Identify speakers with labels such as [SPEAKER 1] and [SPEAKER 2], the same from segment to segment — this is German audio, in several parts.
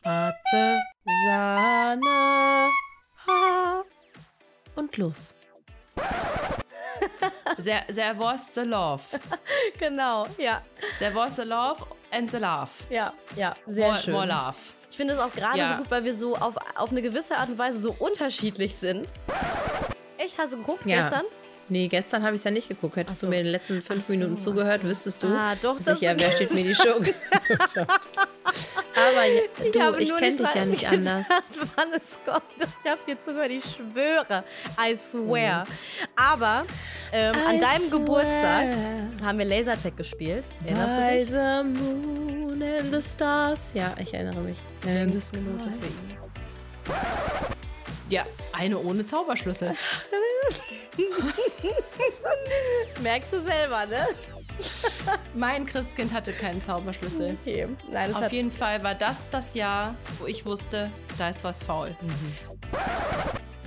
[SPEAKER 1] schwarze Sahne. Ha. Und los.
[SPEAKER 2] There, there was the love.
[SPEAKER 1] Genau, ja,
[SPEAKER 2] There was the love and the love.
[SPEAKER 1] ja, ja, sehr
[SPEAKER 2] more,
[SPEAKER 1] schön.
[SPEAKER 2] more love.
[SPEAKER 1] Ich finde es auch gerade
[SPEAKER 2] Ja.
[SPEAKER 1] so gut, weil wir so auf, auf eine gewisse Art und Weise so unterschiedlich sind. Echt, hast du geguckt
[SPEAKER 3] Ja.
[SPEAKER 1] gestern?
[SPEAKER 3] Nee, gestern habe ich es ja nicht geguckt. Hättest
[SPEAKER 1] so.
[SPEAKER 3] du mir in den letzten fünf
[SPEAKER 1] Ach so,
[SPEAKER 3] Minuten
[SPEAKER 1] ach
[SPEAKER 3] zugehört, wüsstest du,
[SPEAKER 1] Ah, doch,
[SPEAKER 3] dass
[SPEAKER 1] das
[SPEAKER 3] ich ja,
[SPEAKER 1] ist-
[SPEAKER 3] wer steht mir die Show geguckt habe. Aber ja, du,
[SPEAKER 1] habe
[SPEAKER 3] ich
[SPEAKER 1] nur
[SPEAKER 3] kenne dich ja
[SPEAKER 1] dran
[SPEAKER 3] nicht anders.
[SPEAKER 1] gedacht, Wann es kommt. Ich habe dir zugehört, ich schwöre. I swear. Aber ähm, an
[SPEAKER 3] I
[SPEAKER 1] deinem
[SPEAKER 3] swear.
[SPEAKER 1] Geburtstag haben wir Lasertag gespielt. Erinnerst du
[SPEAKER 3] By
[SPEAKER 1] dich?
[SPEAKER 3] the moon and the stars. Ja, ich erinnere mich. And the
[SPEAKER 1] Minute für
[SPEAKER 3] stars.
[SPEAKER 1] ihn.
[SPEAKER 2] Ja, eine ohne Zauberschlüssel.
[SPEAKER 1] Merkst du selber, ne?
[SPEAKER 2] Mein Christkind hatte keinen Zauberschlüssel.
[SPEAKER 1] Okay. Nein, Mhm. das
[SPEAKER 2] Auf
[SPEAKER 1] hat
[SPEAKER 2] jeden Fall war das das Jahr, wo ich wusste, da ist was faul.
[SPEAKER 1] Mhm.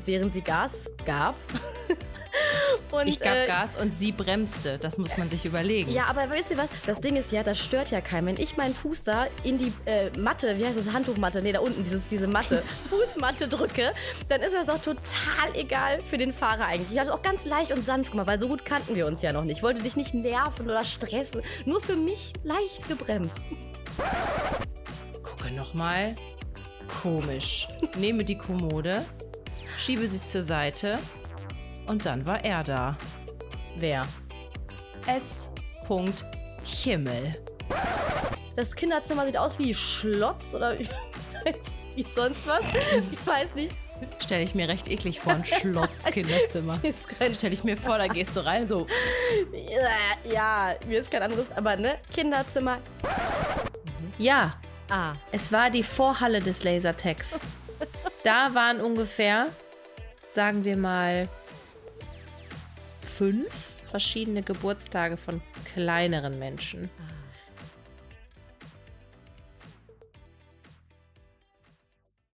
[SPEAKER 1] während sie Gas gab. Und,
[SPEAKER 2] Ich gab
[SPEAKER 1] äh,
[SPEAKER 2] Gas und sie bremste. Das muss man sich überlegen.
[SPEAKER 1] Ja, aber weißt du was? Das Ding ist ja, das stört ja keinen. Wenn ich meinen Fuß da in die äh, Matte, wie heißt das, Handtuchmatte, nee, da unten, dieses, diese Matte, Fußmatte drücke, dann ist das auch total egal für den Fahrer eigentlich. Ich habe es auch ganz leicht und sanft gemacht, weil so gut kannten wir uns ja noch nicht. Ich wollte dich nicht nerven oder stressen. Nur für mich leicht gebremst.
[SPEAKER 2] Gucke nochmal. Komisch. Nehme die Kommode, schiebe sie zur Seite und dann war er da.
[SPEAKER 1] Wer?
[SPEAKER 2] S. Punkt Himmel.
[SPEAKER 1] Das Kinderzimmer sieht aus wie Schlotz oder wie, wie sonst was. Ich weiß nicht.
[SPEAKER 2] Stelle ich mir recht eklig vor, ein Schlotz-Kinderzimmer.
[SPEAKER 1] Ist kein
[SPEAKER 2] Stelle ich mir vor, da gehst du rein, so.
[SPEAKER 1] Ja, mir ist kein anderes, aber ne? Kinderzimmer.
[SPEAKER 3] Ja,
[SPEAKER 1] Ah.
[SPEAKER 3] es war die Vorhalle des Lasertags. Da waren ungefähr, sagen wir mal, fünf verschiedene Geburtstage von kleineren Menschen.